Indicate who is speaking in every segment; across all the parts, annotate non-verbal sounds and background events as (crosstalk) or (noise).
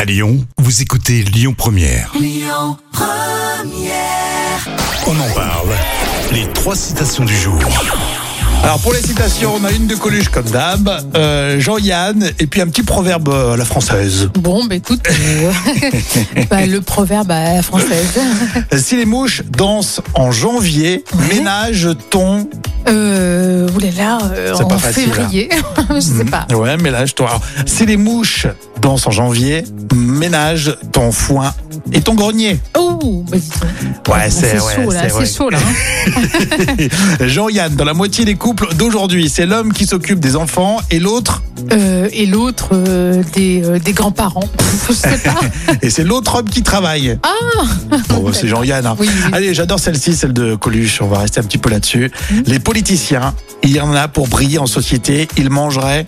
Speaker 1: À Lyon, vous écoutez Lyon Première. On en parle. Les trois citations du jour.
Speaker 2: Alors pour les citations, on a une de Coluche comme d'hab, euh, Jean-Yann, et puis un petit proverbe euh, à la française.
Speaker 3: Bon, bah écoute, euh,
Speaker 2: (laughs)
Speaker 3: bah, le proverbe à la française.
Speaker 2: Si les mouches dansent en janvier, ménage-t-on
Speaker 3: Euh, oulala, euh,
Speaker 2: C'est
Speaker 3: en
Speaker 2: pas facile, hein. Mhm.
Speaker 3: février, (laughs) je sais pas.
Speaker 2: Ouais, ménage-toi. Alors, Si les mouches dansent en janvier, ménage ton foin et ton grenier.
Speaker 3: Oh, bah dis donc.
Speaker 2: Ouais, Ah, c'est ouais,
Speaker 3: chaud là,
Speaker 2: c'est vrai.
Speaker 3: c'est chaud là. hein.
Speaker 2: (laughs) Jean-Yann, dans la moitié des couples d'aujourd'hui, c'est l'homme qui s'occupe des enfants et l'autre,
Speaker 3: Euh, et l'autre, euh, des, euh, des grands-parents. (laughs) je sais pas.
Speaker 2: et c'est l'autre homme qui travaille. Ah Bon, bah, c'est Jean-Yann. hein.
Speaker 3: Oui, oui.
Speaker 2: Allez, j'adore celle-ci, celle de Coluche. On va rester un petit peu là-dessus.
Speaker 3: Mm-hmm.
Speaker 2: Les politiciens, il y en a pour briller en société. Ils mangeraient.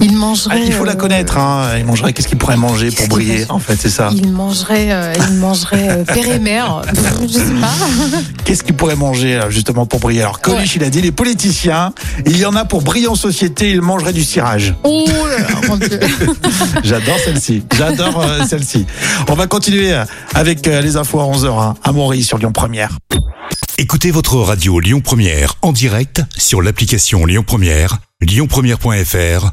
Speaker 3: Il mangerait.
Speaker 2: Ah, il faut la
Speaker 3: euh,
Speaker 2: connaître. Hein. Ils mangeraient. Qu'est-ce qu'ils pourraient manger pour
Speaker 3: Qu'est-ce
Speaker 2: briller
Speaker 3: qu'ils
Speaker 2: En fait, c'est ça.
Speaker 3: Il mangerait, euh, il mangerait euh, père et mère. (laughs) Pff, je sais pas.
Speaker 2: Qu'est-ce qu'ils pourraient manger alors, justement pour briller Alors Coluche, il a dit les politiciens, il y en a pour briller en société. Ils mangeraient
Speaker 3: (laughs)
Speaker 2: du cirage.
Speaker 3: Oh là là, mon Dieu.
Speaker 2: J'adore celle-ci. J'adore euh, celle-ci. On va continuer euh, avec euh, les infos à 11h hein, à Maurice sur Lyon Première.
Speaker 1: Écoutez votre radio Lyon Première en direct sur l'application Lyon Première, lyonpremière.fr